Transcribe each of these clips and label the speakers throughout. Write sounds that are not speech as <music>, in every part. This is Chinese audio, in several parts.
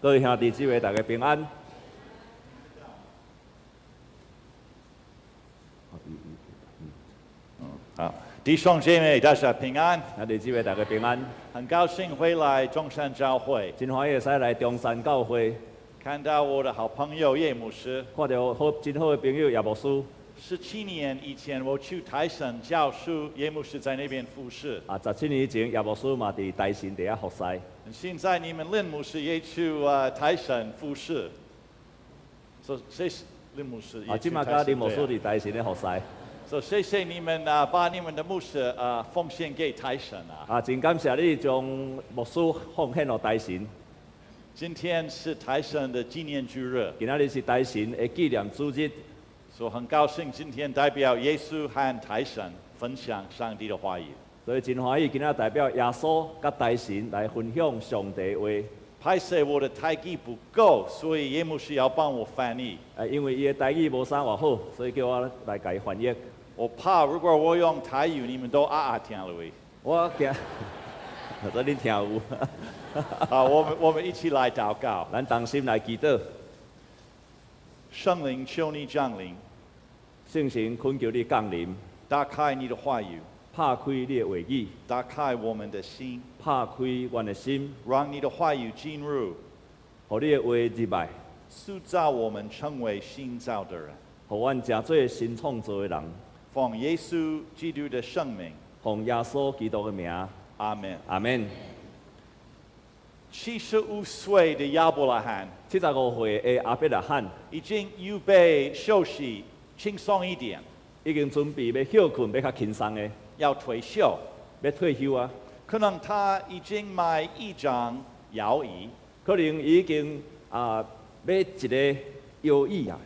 Speaker 1: 各位兄弟姊妹，大家平安。
Speaker 2: 好，啊弟兄姐妹，大家平安，
Speaker 1: 兄弟姊妹，大家平安。
Speaker 2: 很高兴回来中山教会，
Speaker 1: 真欢喜会使来中山教会，
Speaker 2: 看到我的好朋友叶牧师。
Speaker 1: 看到好真好的朋友叶牧师。
Speaker 2: 十七年以前，我去台省教书，叶牧师在那边服侍。
Speaker 1: 啊，十七年前叶牧师嘛伫台神底下服侍，啊
Speaker 2: 现在你们林牧师也去呃台省服侍，所以谢谢林牧师
Speaker 1: 啊，
Speaker 2: 也
Speaker 1: 即
Speaker 2: 去
Speaker 1: 嘛
Speaker 2: 台
Speaker 1: 甲
Speaker 2: 省
Speaker 1: 林牧师
Speaker 2: 对啊
Speaker 1: 伫台神咧服侍，
Speaker 2: 所以谢谢你们啊，把你们的牧师啊奉献给台省啊。
Speaker 1: 啊，真感谢你将牧师奉献予台神。
Speaker 2: 今天是台省的纪念日日，
Speaker 1: 今仔日是台神的纪念主日，
Speaker 2: 所以很高兴今天代表耶稣和台省分享上帝的话语。
Speaker 1: 所以真欢喜今仔代表耶稣甲台神来分享上帝的话。
Speaker 2: 拍摄我的台语不够，所以叶牧师要帮我翻译。
Speaker 1: 啊，因为伊的台语无啥偌好，所以叫我来甲伊翻译。
Speaker 2: 我怕如果我用台语，你们都啊啊听了喂。
Speaker 1: 我惊， <laughs> 这恁听有，
Speaker 2: 啊，我们我们一起来祷告。
Speaker 1: 咱同心来祈祷。
Speaker 2: 圣灵，求你降临，
Speaker 1: 圣神恳求你降临，
Speaker 2: 打开你的话语，
Speaker 1: 拍开你的话语，
Speaker 2: 打开我们的心，
Speaker 1: 拍开阮的心，
Speaker 2: 让你的话语进入，
Speaker 1: 互你的话入来，
Speaker 2: 塑造我们成为新造的人。
Speaker 1: 互阮真做新创造的人。
Speaker 2: 奉耶稣基督的圣名，
Speaker 1: 奉耶稣基督的名，
Speaker 2: 阿门。
Speaker 1: 阿门。
Speaker 2: 七十五岁的亚伯拉罕
Speaker 1: 七十五岁的阿伯拉罕
Speaker 2: 已经预备休息，轻松一点，
Speaker 1: 已经准备要休困，要较轻松的，
Speaker 2: 要退休。
Speaker 1: 要退休啊。
Speaker 2: 可能他已经买一张摇椅，
Speaker 1: 可能已经啊买一个摇椅啊，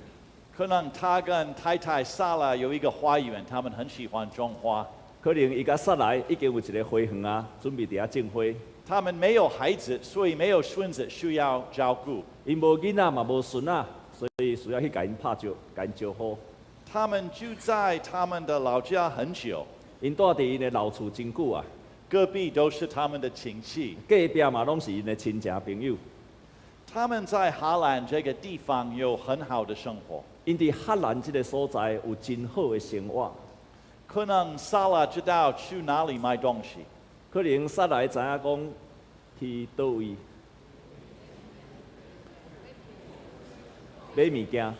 Speaker 2: 可能他跟太太莎拉有一个花园，他们很喜欢种花。
Speaker 1: 可能伊甲煞来已经有一个花园啊，准备伫遐种花。
Speaker 2: 他们没有孩子，所以没有孙子需要照顾。
Speaker 1: 因无囡仔嘛无孙仔，所以需要去甲因拍招，甲因招呼。
Speaker 2: 他们就在他们的老家很久，
Speaker 1: 因住伫因的老厝真久啊，
Speaker 2: 隔壁都是他们的亲戚。
Speaker 1: 隔壁嘛拢是因的亲戚朋友。
Speaker 2: 他们在荷兰这个地方有很好的生活。
Speaker 1: 因伫荷兰即个所在有真好的生活，
Speaker 2: 可能莎拉知道去哪里买东西，
Speaker 1: 可能煞来知影讲去倒位买物件。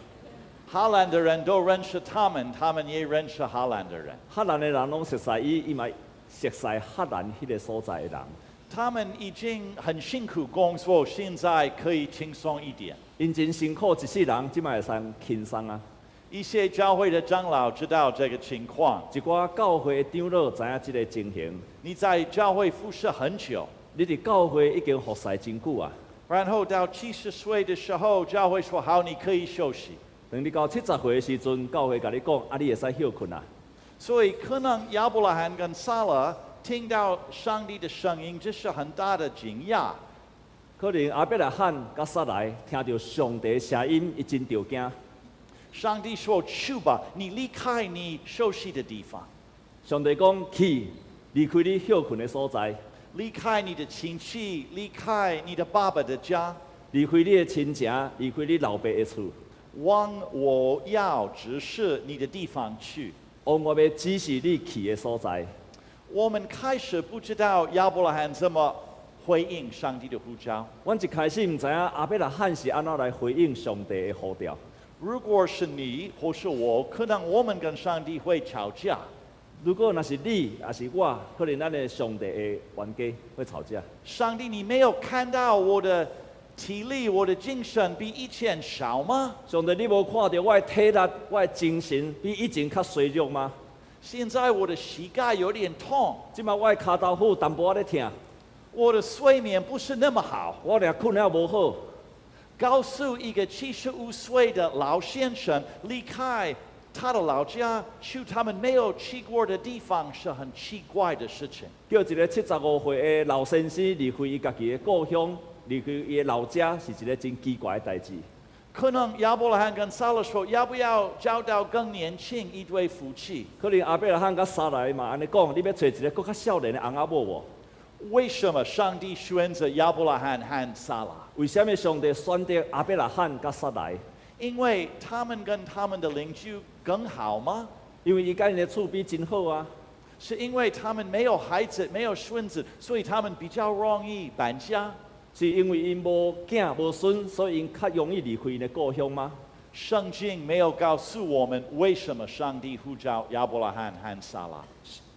Speaker 2: 荷兰的人都认识他们，他们也认识荷兰的人。
Speaker 1: 荷兰的人拢熟悉伊，伊嘛熟悉荷兰迄个所在的人。
Speaker 2: 他们已经很辛苦工作，现在可以轻松一点。
Speaker 1: 因真辛苦，一世人即嘛会生轻松啊！
Speaker 2: 一些教会的长老知道这个情况。
Speaker 1: 一寡教会的长老知影即个情形，
Speaker 2: 你在教会服侍很久，
Speaker 1: 你伫教会已经服侍真久啊。
Speaker 2: 然后到七十岁的时候，教会说好，你可以休息。
Speaker 1: 当你到七十岁的时阵，教会甲你讲，啊，你会使休困啊。
Speaker 2: 所以可能亚伯拉罕跟撒拉听到上帝的声音，这是很大的惊讶。
Speaker 1: 可能阿伯拉罕甲撒来听到上帝的声音，伊真着惊。
Speaker 2: 上帝说：“去吧，你离开你休息的地方，
Speaker 1: 上帝讲去，离开你休困的所在，
Speaker 2: 离开你的亲戚，离开你的爸爸的家，
Speaker 1: 离开你的亲情，离开你老爸的厝，
Speaker 2: 往我要指示你的地方去。”
Speaker 1: 往我要指示你去的所在。
Speaker 2: 我们开始不知道亚伯拉罕怎么回应上帝的呼召。
Speaker 1: 阮一开始毋知影阿伯拉罕是安怎来回应上帝的呼召。
Speaker 2: 如果是你或是我，可能我们跟上帝会吵架，
Speaker 1: 如果若是你，也是我，可能咱的上帝的冤家会吵架。
Speaker 2: 上帝，你没有看到我的体力、我的精神比以前少吗？
Speaker 1: 上帝，你无看到我的体力、我的精神比以前较衰弱吗？
Speaker 2: 现在我的膝盖有点痛，
Speaker 1: 即摆我的骹头有淡薄仔咧疼，
Speaker 2: 我的睡眠不是那么好。
Speaker 1: 我俩困了无好。
Speaker 2: 告诉一个七十五岁的老先生离开他的老家去他们没有去过的地方是很奇怪的事情。
Speaker 1: 叫一个七十五岁的老先生离开伊家己的故乡，离开伊的老家，是一个真奇怪的代志。
Speaker 2: 可能亚伯拉罕跟撒勒说，要不要交到更年轻一对夫妻？
Speaker 1: 可能阿伯拉罕甲沙来嘛安尼讲，你要找一个更较少年的翁仔某无？
Speaker 2: 为什么上帝选择亚伯拉罕和撒拉？
Speaker 1: 为什么上帝选择阿伯拉罕甲撒来？
Speaker 2: 因为他们跟他们的邻居更好吗？
Speaker 1: 因为伊甲因的厝比真好啊，
Speaker 2: 是因为他们没有孩子、没有孙子，所以他们比较容易搬家。
Speaker 1: 是因为因无囝无孙，所以因较容易离开因的故乡吗？
Speaker 2: 圣经没有告诉我们为什么上帝呼召亚伯拉罕和撒拉。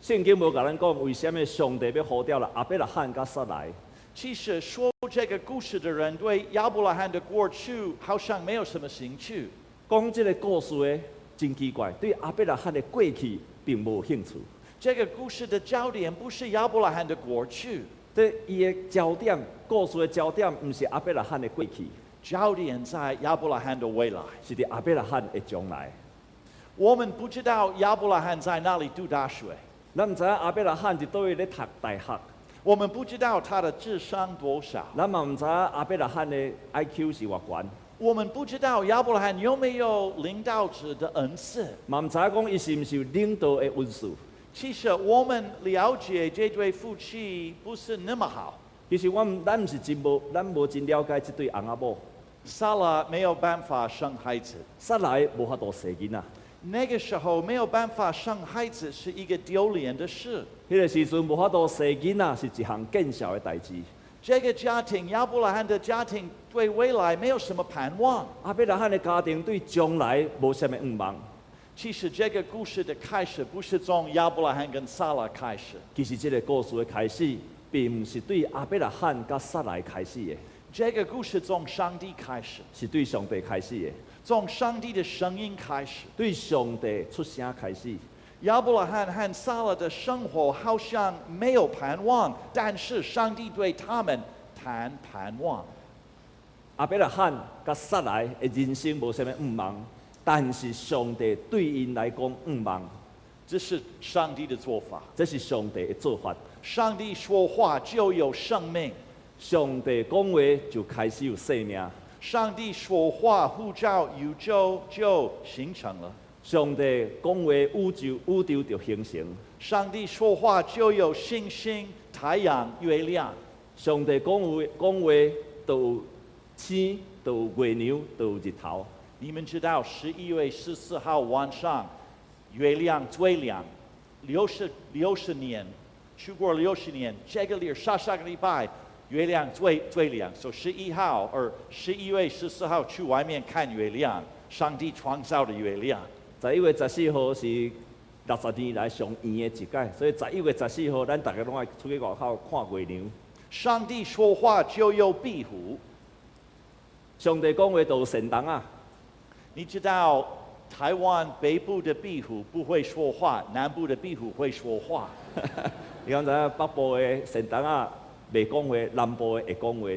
Speaker 1: 圣经无甲咱讲为什么上帝要呼掉了阿伯拉罕甲撒来。
Speaker 2: 其实说这个故事的人对亚伯拉罕的过去好像没有什么兴趣。
Speaker 1: 讲即个故事的真奇怪，对阿伯拉罕的过去并无兴趣。
Speaker 2: 这个故事的焦点不是亚伯拉罕的过去，
Speaker 1: 这伊的焦点，故事的焦点，毋是阿伯拉罕的过去，
Speaker 2: 焦点在亚伯拉罕的未来。
Speaker 1: 是伫阿伯拉罕的将来。
Speaker 2: 我们不知道亚伯拉罕在哪里读大学，
Speaker 1: 咱毋知影阿伯拉罕伫倒位咧读大学，
Speaker 2: 我们不知道他的智商多少，
Speaker 1: 咱嘛毋知影阿伯拉罕的 IQ 是偌悬，
Speaker 2: 我们不知道亚伯拉罕有没有领导者的恩赐。
Speaker 1: 嘛毋知影讲伊是毋是有领导的温素。
Speaker 2: 其实我们了解这对夫妻不是那么好。
Speaker 1: 其实我毋咱毋是真无，咱无真了解即对翁仔某，
Speaker 2: 萨拉没有办法生孩子，
Speaker 1: 煞来无法度生囡仔。
Speaker 2: 那个时候没有办法生孩子是一个丢脸的事。
Speaker 1: 迄个时阵无法度生囡仔是一项见效的代志。
Speaker 2: 这个家庭亚伯拉罕的家庭对未来没有什么盼望。
Speaker 1: 阿伯拉罕的家庭对将来无啥物愿望，
Speaker 2: 其实这个故事的开始不是从亚伯拉罕跟撒拉开始，
Speaker 1: 其实即个故事的开始，并毋是对阿伯拉罕甲撒来开始的，
Speaker 2: 这个故事从上帝开始，
Speaker 1: 是对上帝开始的，
Speaker 2: 从上帝的声音开始。
Speaker 1: 对上帝出声开始。
Speaker 2: 亚伯拉罕和撒拉的生活好像没有盼望，但是上帝对他们谈盼望。
Speaker 1: 阿伯拉罕甲撒来的人生无啥物愿望，但是上帝对因来讲愿望，
Speaker 2: 这是上帝的做法。
Speaker 1: 这是上帝的做法。
Speaker 2: 上帝说话就有生命，
Speaker 1: 上帝讲话就开始有生命，
Speaker 2: 上帝说话呼召宇宙就形成了，
Speaker 1: 上帝讲话宇宙宇宙就形成，
Speaker 2: 上帝说话就有星星、太阳、月亮。
Speaker 1: 上帝讲话讲话就有星，就有月亮，就有日头。
Speaker 2: 你们知道十一月十四号晚上，月亮最亮，六十六十年，去过六十年，这个礼上上个礼拜，月亮最最亮。所以十一号而十一月十四号去外面看月亮，上帝创造的月亮。
Speaker 1: 十一月十四号是六十年来上圆的一届，所以十一月十四号，咱大家拢爱出去外口看月亮。
Speaker 2: 上帝说话就有壁虎，
Speaker 1: 上帝讲话就有神童啊！
Speaker 2: 你知道台湾北部的壁虎不会说话，南部的壁虎会说话。
Speaker 1: 你敢知影北部的神童啊袂讲话，南部的会讲话。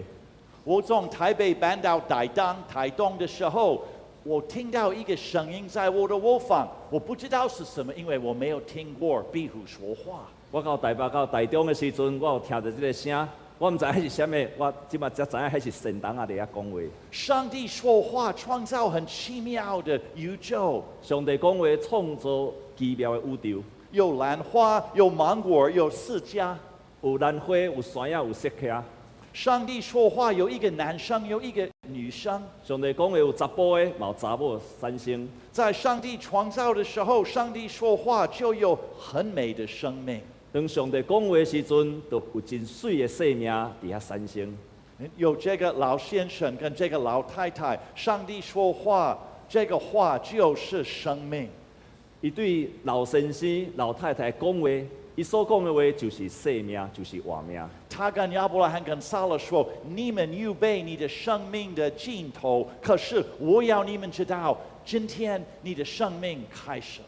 Speaker 2: 我从台北搬到台东，台东的时候，我听到一个声音在我的卧房，我不知道是什么，因为我没有听过壁虎说话。
Speaker 1: 我到台北、到台中的时阵，我有听到即个声，我毋知迄是啥物，我即马才知影迄是神童啊伫遐讲话。
Speaker 2: 上帝说话，创造很奇妙的宇宙，
Speaker 1: 上帝讲话创造奇妙的宇宙，
Speaker 2: 有兰花，有芒果，有释迦。
Speaker 1: 有兰花，有山野，有石刻。啊
Speaker 2: 上帝说话，有一个男生，有一个女生。
Speaker 1: 上帝讲话有查甫的，也有查某的产生。
Speaker 2: 在上帝创造的时候，上帝说话就有很美的生命。
Speaker 1: 当上帝讲话的时阵，就有真水的生命伫遐产生。
Speaker 2: 哎有这个老先生跟这个老太太，上帝说话，这个话就是生命。
Speaker 1: 伊对老先生、老太太讲话，伊所讲的话就是生命，就是活命。
Speaker 2: 他跟亚伯拉罕跟撒勒说：“你们预备你的生命的尽头，可是我要你们知道，今天你的生命开始了。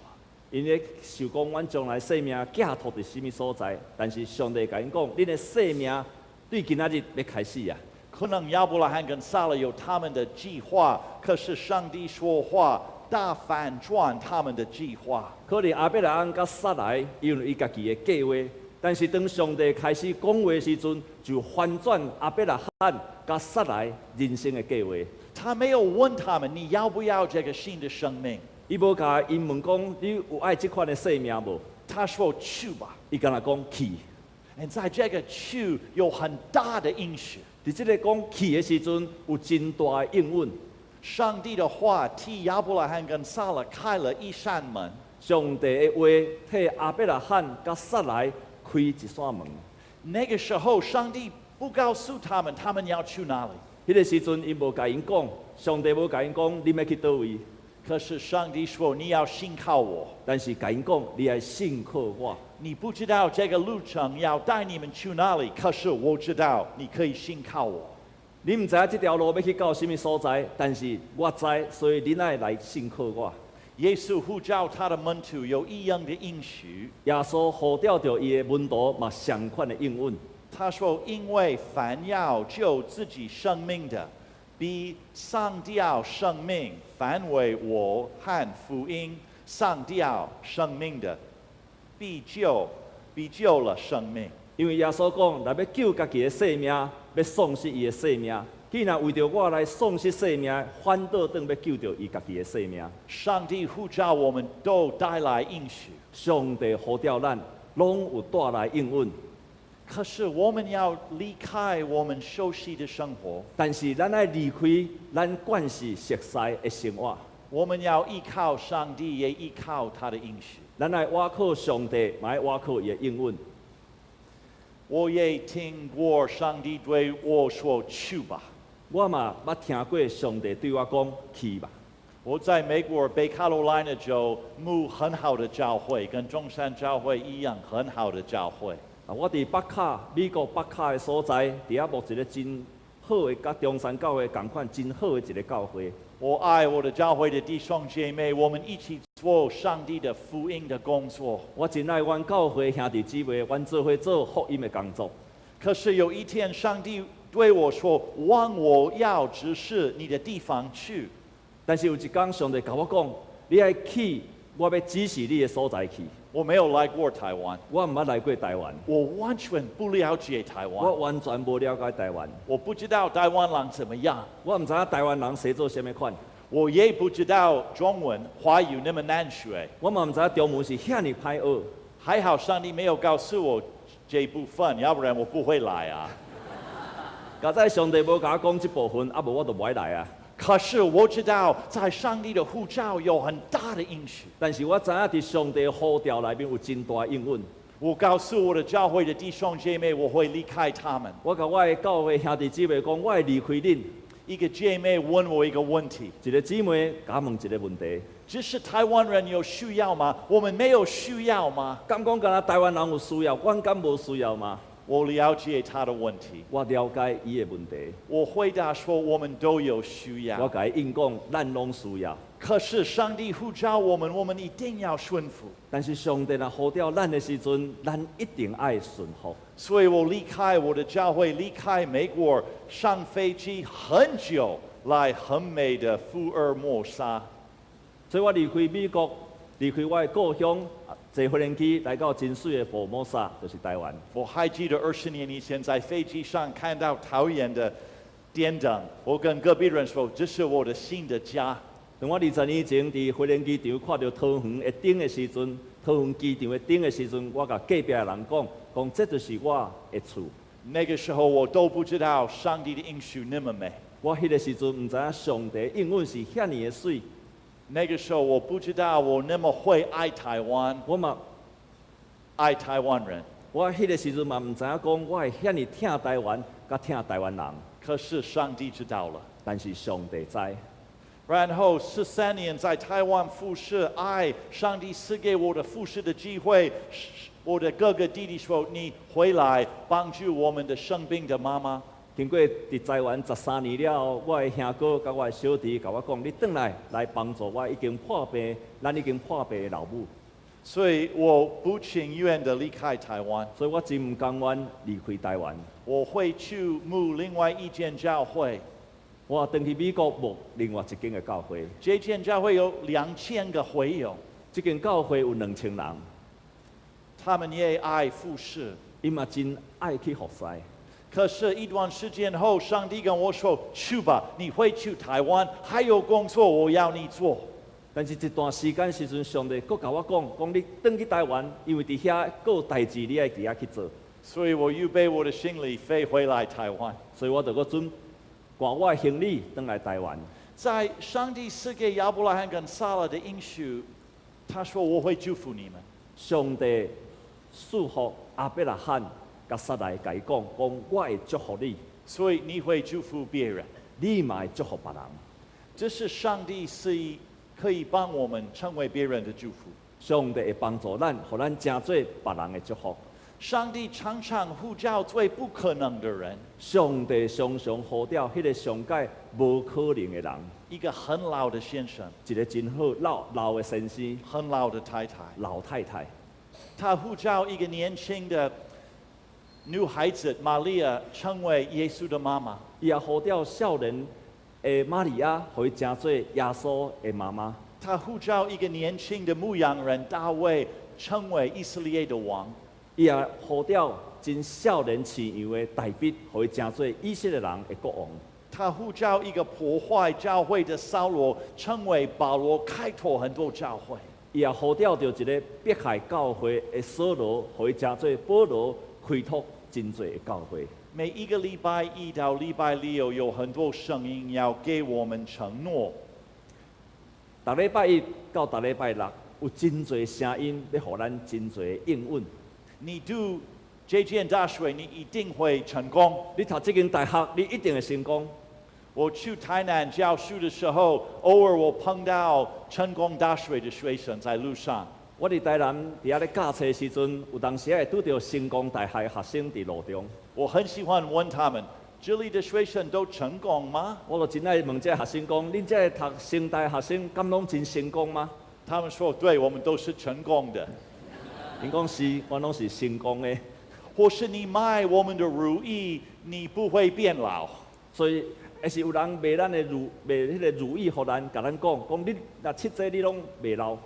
Speaker 1: 因咧想讲，阮将来生命寄托伫什物所在？但是上帝甲因讲，恁的生命对今仔日要开始啊！”
Speaker 2: 可能亚伯拉罕跟撒勒有他们的计划，可是上帝说话大反转他们的计划。
Speaker 1: 可能阿伯拉罕甲撒来，因为伊家己的计划，但是当上帝开始讲话的时阵，就反转阿伯拉罕甲撒来人生的计划。
Speaker 2: 他没有问他们你要不要这个新的生命，
Speaker 1: 伊无甲因问讲，你有爱即款的生命无？
Speaker 2: 他说去吧。
Speaker 1: 伊敢若讲去，
Speaker 2: And 在这个去有很大的应许，
Speaker 1: 伫即个讲去的时阵，有真大的应允。
Speaker 2: 上帝的话替亚伯拉罕跟撒勒开了一扇门。
Speaker 1: 上帝的话替阿伯拉罕甲撒来开一扇门。迄、
Speaker 2: 那个时候，上帝不告诉他们他们要去哪里，
Speaker 1: 个时阵，伊无甲因讲，上帝无甲因讲，你要去倒位，
Speaker 2: 可是上帝说你要信靠我。
Speaker 1: 但是甲因讲，你爱信靠我。
Speaker 2: 你不知道这个路程要带你们去哪里，可是我知道你可以信靠我。
Speaker 1: 你毋知影即条路要去到什物所在，但是我知，所以你爱来信靠我。
Speaker 2: 耶稣呼召他的门徒有一样的应许，
Speaker 1: 耶稣呼召着伊的门徒嘛相款的应允，
Speaker 2: 他说：“因为凡要救自己生命的，必上吊生命；凡为我和福音上吊生命的，必救，必救了生命。
Speaker 1: 因为耶稣讲，若要救家己的性命，要丧失伊的性命。既然为着我来丧失性命，反倒等要救着伊家己的性命。”
Speaker 2: 上帝呼召我们都带来应许，
Speaker 1: 上帝呼召咱，拢有带来应允。
Speaker 2: 可是我们要离开我们熟悉的生活，
Speaker 1: 但是咱爱离开咱惯是熟悉的生活，
Speaker 2: 我们要依靠上帝，也依靠他的应许。
Speaker 1: 咱爱依靠上帝，嘛爱依靠伊的应允。
Speaker 2: 我也听过上帝对我说：“去吧。
Speaker 1: 我嘛捌听过上帝对我讲去吧。”
Speaker 2: 我在美国北卡罗来纳州牧很好的教会，跟中山教会一样很好的教会。
Speaker 1: 啊，我伫北卡，美国北卡的所在，伫遐牧一个真好的，甲中山教会共款真好的一个教会。
Speaker 2: 我爱我的教会的弟兄姐妹，我们一起做上帝的福音的工作。
Speaker 1: 我真爱阮教会兄弟姊妹，阮做伙做福音的工作。
Speaker 2: 可是有一天，上帝对我说：“往我要指示你的地方去。”
Speaker 1: 但是有一天，上帝甲我讲，你爱去，我要指示你的所在去。
Speaker 2: 我没有来过台湾，
Speaker 1: 我毋捌来过台湾，
Speaker 2: 我完全不了解台
Speaker 1: 我
Speaker 2: 湾，
Speaker 1: 完全无了解台湾，
Speaker 2: 我不知道台湾人怎么样，
Speaker 1: 我毋知影台湾人写做啥物款，
Speaker 2: 我也不知道中文、华语那么难学。
Speaker 1: 我嘛毋知影中文是遐尼歹学。
Speaker 2: 还好上帝没有告诉我这一部分，要不然我不会来啊。
Speaker 1: 加在上帝无甲我讲即部分，啊无我就无爱来啊。
Speaker 2: 可是我知道，在上帝的护照有很大的应许。
Speaker 1: 但是我知影伫上帝的呼召内面有真大的应允。
Speaker 2: 我告诉我的教会的弟兄姐妹，我会离开他们。
Speaker 1: 我甲我的教会兄弟姊妹讲，我会离开恁。
Speaker 2: 一个姐妹问我一个问题：
Speaker 1: 一个姊妹甲我问一个问题，
Speaker 2: 只是台湾人有需要吗？我们没有需要吗？
Speaker 1: 敢讲敢若台湾人有需要，阮敢无需要吗？
Speaker 2: 我了解她的问题。
Speaker 1: 我了解伊的问题，
Speaker 2: 我回答说，我们都有需
Speaker 1: 我
Speaker 2: 要。
Speaker 1: 甲伊应讲，咱拢需要。
Speaker 2: 可是上帝呼召我们，我们一定要顺服。
Speaker 1: 但是上帝若呼召咱的时阵，咱一定爱顺服。
Speaker 2: 所以我离开我的教会，离开美国，上飞机很久，来很美的福尔摩沙。
Speaker 1: 所以我离开美国，离开我的故乡，啊坐飞机来到真水的佛摩萨，就是台湾。
Speaker 2: 我还记得二十年以前在飞机上看到桃园的电灯，我跟隔壁人说：“这是我的新的家。
Speaker 1: 当我二十年前伫飞机场看到桃园的顶的时阵，桃园机场的顶的时阵，我甲隔壁的人讲，讲这就是我的厝。”
Speaker 2: 那个时候我都不知道上帝的应许那么美，
Speaker 1: 我迄个时阵毋知影上帝应允是遐尼的水，
Speaker 2: 那个时候我不知道我那么会爱台湾，
Speaker 1: 我嘛
Speaker 2: 爱台湾人。
Speaker 1: 我迄个时阵嘛毋知影讲我会遐尼疼台湾，甲疼台湾人。
Speaker 2: 可是上帝知道了。
Speaker 1: 但是上帝知，
Speaker 2: 然后十三年在台湾服侍，爱上帝赐给我的服侍的机会。我的哥哥弟弟说：“你回来帮助我们的生病的妈妈。
Speaker 1: 经过伫台湾十三年了后，我的兄哥甲我的小弟甲我讲，你转来来帮助我已经破病，咱已经破病的老母，”
Speaker 2: 所以我不情愿的离开台湾，
Speaker 1: 所以我真毋甘愿离开台湾。
Speaker 2: 我会去牧另外一间教会。
Speaker 1: 我登去美国无另外一间的教会，
Speaker 2: 这间教会有两千个会友，
Speaker 1: 即间教会有两千人，
Speaker 2: 他们也爱服侍。
Speaker 1: 伊嘛真爱去服侍。
Speaker 2: 可是，一段时间后，上帝跟我说：“去吧，你会去台湾，还有工作我要你做。”
Speaker 1: 但是一段时间时阵，上帝佫甲我讲，讲你转去台湾，因为伫遐佫有代志，你爱伫遐去做。
Speaker 2: 所以我预备我的行李飞回来台湾。
Speaker 1: 所以我就搁准赶我的行李返来台湾。
Speaker 2: 在上帝赐给亚伯拉罕跟撒拉的应许，他说我会祝福你们。
Speaker 1: 上帝祝福阿伯拉罕甲撒来甲伊讲，讲我会祝福你，
Speaker 2: 所以你会祝福别人。
Speaker 1: 你嘛会祝福别人。
Speaker 2: 这是上帝是一可以帮我们成为别人的祝福。
Speaker 1: 上帝会帮助咱，互咱真做别人的祝福。
Speaker 2: 上帝常常呼叫最不可能的人，
Speaker 1: 上帝常常呼召迄个上界无可能的人，
Speaker 2: 一个很老的先生，
Speaker 1: 一个真好老老的先生、
Speaker 2: 很老的太太，
Speaker 1: 老太太，
Speaker 2: 他呼叫一个年轻的女孩子玛利亚成为耶稣的妈妈。
Speaker 1: 伊也呼召少年的玛利亚，互伊真做耶稣的妈妈。
Speaker 2: 他呼召一个年轻的牧羊人大卫成为以色列的王。
Speaker 1: 伊也呼召真少年饲羊的大笔，互伊真做以色列人的国王。
Speaker 2: 他呼召一个破坏教会的扫罗成为保罗，开拓很多教会。
Speaker 1: 伊也呼召着一个迫害教会的扫罗，互伊真做保罗，开拓真侪的教会。
Speaker 2: 每一个礼拜一到礼拜六有很多声音要给我们承诺，
Speaker 1: 逐礼拜一到逐礼拜六，有真侪声音要互咱真侪的应允。
Speaker 2: 你读这间大学你一定会成功。
Speaker 1: 你读即间大学，你一定会成功。
Speaker 2: 我去台南教书的时候，偶尔我碰到成功大学的学生在路上，
Speaker 1: 我伫台南伫遐咧教册的时阵，有当时会拄到成功大学的学生伫路中，
Speaker 2: 我很喜欢问他们：这里的学生都成功吗？
Speaker 1: 我就真爱问这学生讲：恁这读成大的学生，敢拢真成功吗？
Speaker 2: 他们说：对，我们都是成功的。
Speaker 1: 因讲是，我拢是成功的。
Speaker 2: 或是你卖我们的如意，你不会变老。
Speaker 1: 所以，也是有人卖咱的如卖迄个如意，互咱甲咱讲，讲你若七岁你拢袂老，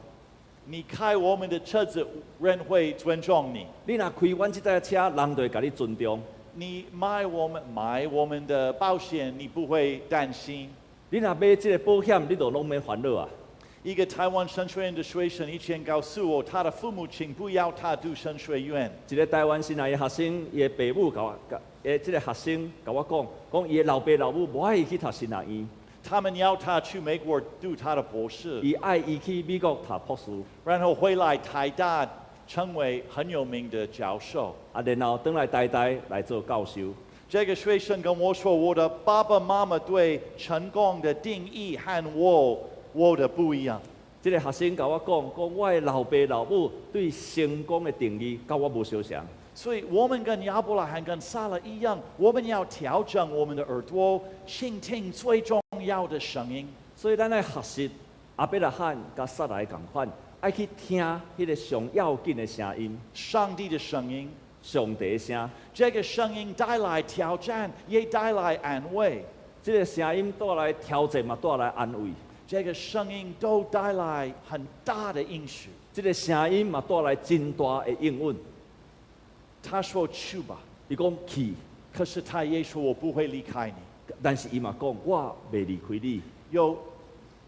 Speaker 2: 你开我们的车子，人会尊重你。
Speaker 1: 你若开阮即台车，人就会甲你尊重；
Speaker 2: 你买我们买我们的保险，你不会担心。
Speaker 1: 你若买即个保险，你就拢免烦恼啊。
Speaker 2: 一个台湾神学院的学生以前告诉我，他的父母亲不要他读神学院，
Speaker 1: 一个台湾新来的学生，伊的爸母甲我，甲诶，即个学生甲我讲，讲伊的老爸老母无爱伊去读新学院，
Speaker 2: 他们要他去美国读他的博士，
Speaker 1: 伊爱伊去美国读博士，
Speaker 2: 然后回来台大成为很有名的教授。
Speaker 1: 啊，然后转来台台来做教授。
Speaker 2: 这个学生跟我说，我的爸爸妈妈对成功的定义和我我的不一样。
Speaker 1: 即、个学生甲我讲，讲我的老爸老母对成功的定义甲我无相像，
Speaker 2: 所以我们跟亚伯拉罕跟撒拉一样，我们要调整我们的耳朵，倾听最重要的声音。
Speaker 1: 所以咱来学习阿伯拉罕甲撒来共款，爱去听迄个上要紧的声音，
Speaker 2: 上帝的声音，
Speaker 1: 上帝的声。
Speaker 2: 这个声音带来挑战，也带来安慰；
Speaker 1: 即、个声音带来调整嘛，带来安慰。
Speaker 2: 这个声音都带来很大的应许。
Speaker 1: 即、个声音嘛带来真大的应允。
Speaker 2: 他说去吧，
Speaker 1: 伊讲去，
Speaker 2: 可是他也说我不会离开你。
Speaker 1: 但是伊嘛讲我袂离开你。
Speaker 2: 有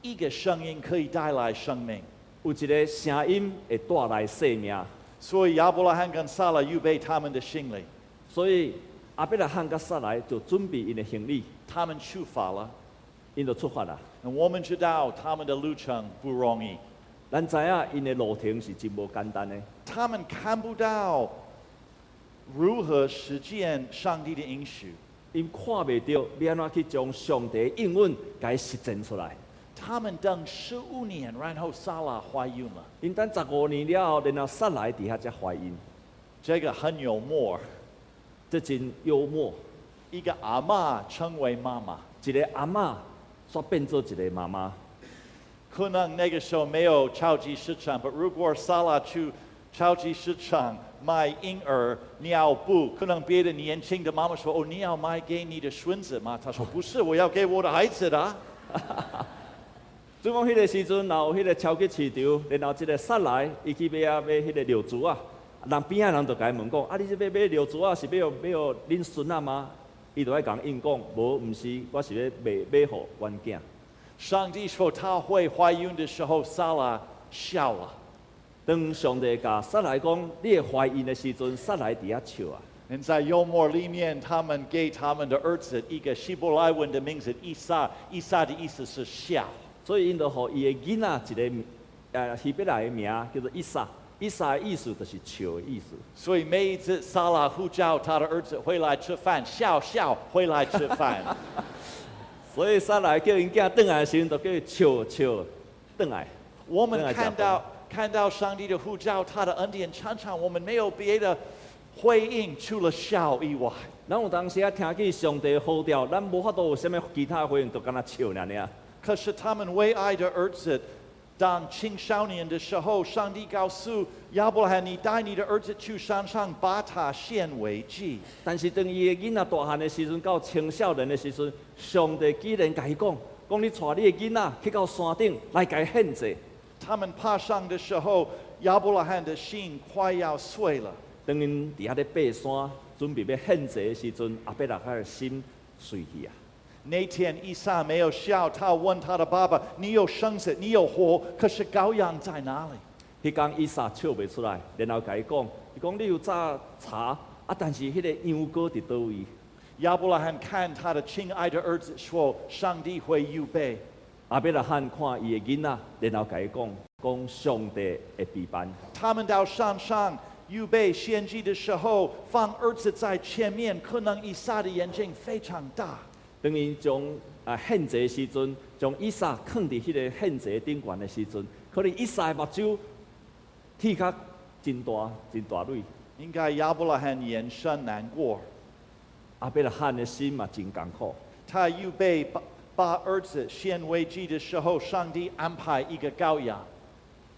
Speaker 2: 一个声音可以带来生命，
Speaker 1: 有一个声音会带来生命，
Speaker 2: 所以亚伯拉罕跟撒拉预备他们的行李，
Speaker 1: 所以阿伯拉罕甲撒来就准备因的行李，
Speaker 2: 他们出发了。
Speaker 1: 因就出发啦。
Speaker 2: 我们知道他们的路程不容易，
Speaker 1: 咱知影因的路程是真无简单的，
Speaker 2: 他们看不到如何实践上帝的应许，
Speaker 1: 因看袂到要安怎去将上帝的应允甲伊实践出来。
Speaker 2: 他们等十五年，然后撒拉怀孕了，
Speaker 1: 因等十五年了后，然后撒来伫遐才怀孕，
Speaker 2: 这个很幽默。
Speaker 1: 这真幽默。
Speaker 2: 一个阿妈成为妈妈，
Speaker 1: 一个阿嬷煞变做一个妈妈。
Speaker 2: 可能那个时候没有超级市场，但如果撒拉去超级市场买婴儿尿布，可能别的年轻的妈妈说：“哦，你要买给你的孙子吗？”她说：“不是，我要给我的孩子的啊。”
Speaker 1: 所以讲，迄个时阵，然后迄个超级市场，然后即个杀来，伊去买啊买迄个尿珠啊，人边仔人就甲伊问讲：啊，你即要买尿珠啊，是要买互恁孙仔吗？伊就爱甲因讲，无，毋是，我是要卖买互阮囝。
Speaker 2: 上帝说他会怀孕的时候，撒拉笑了。
Speaker 1: 当上帝甲杀来讲，你会怀孕的时阵，杀来伫遐笑啊，
Speaker 2: 人在幽默里面，他们给他们的儿子一个希伯来文的名字以撒，以撒的意思是笑。
Speaker 1: 所以因就互伊的囡仔一个名呃希伯来的名叫做伊撒，伊撒的意思就是笑的意思。
Speaker 2: 所以每一次撒拉呼叫他的儿子回来吃饭，笑笑回来吃饭。
Speaker 1: 所以撒来叫因囝转来的时阵，就叫伊笑笑转来。
Speaker 2: 我们
Speaker 1: 真的假
Speaker 2: 看
Speaker 1: 的
Speaker 2: 到看到上帝的呼召，他的恩典，常常我们没有别的回应，除了笑以外。
Speaker 1: 咱有当时啊听见上帝的呼召，咱无法度有啥物其他的回应，就敢若笑尔尔。
Speaker 2: 可是他们为爱的儿子，当青少年的时候，上帝告诉亚伯拉罕：“你带你的儿子去山上，把他献为祭。
Speaker 1: 但是当伊的囡仔大汉的时阵，到青少年的时阵，上帝居然甲伊讲，讲你带你的囡仔去到山顶来甲伊献祭。”
Speaker 2: 他们爬上的时候，亚伯拉罕的心快要碎了。
Speaker 1: 当因伫遐咧爬山，准备要献祭的时阵，阿伯拉罕的心碎去啊！
Speaker 2: 那天以撒没有笑，他问他的爸爸：“你有生子，你有活，可是羔羊在哪里？”
Speaker 1: 迄天伊撒笑袂出来，然后甲伊讲，伊讲你有早查啊，但是迄个羊羔伫倒位？
Speaker 2: 亚伯拉罕看他的亲爱的儿子，说：“上帝会预备。
Speaker 1: 阿伯拉罕看伊的囡仔，然后甲伊讲，讲上帝会陪伴。”
Speaker 2: 他们到山上预备献祭的时候，放儿子在前面，可能以撒的眼睛非常大。
Speaker 1: 当伊将啊献祭的时阵，将伊撒放伫迄个献祭的顶悬的时阵，可能伊撒的目睭踢甲真大真大蕊，
Speaker 2: 应该亚伯拉罕眼神难过，
Speaker 1: 阿伯拉罕的心嘛真艰苦。
Speaker 2: 他预备把把儿子献为祭的时候，上帝安排一个羔羊。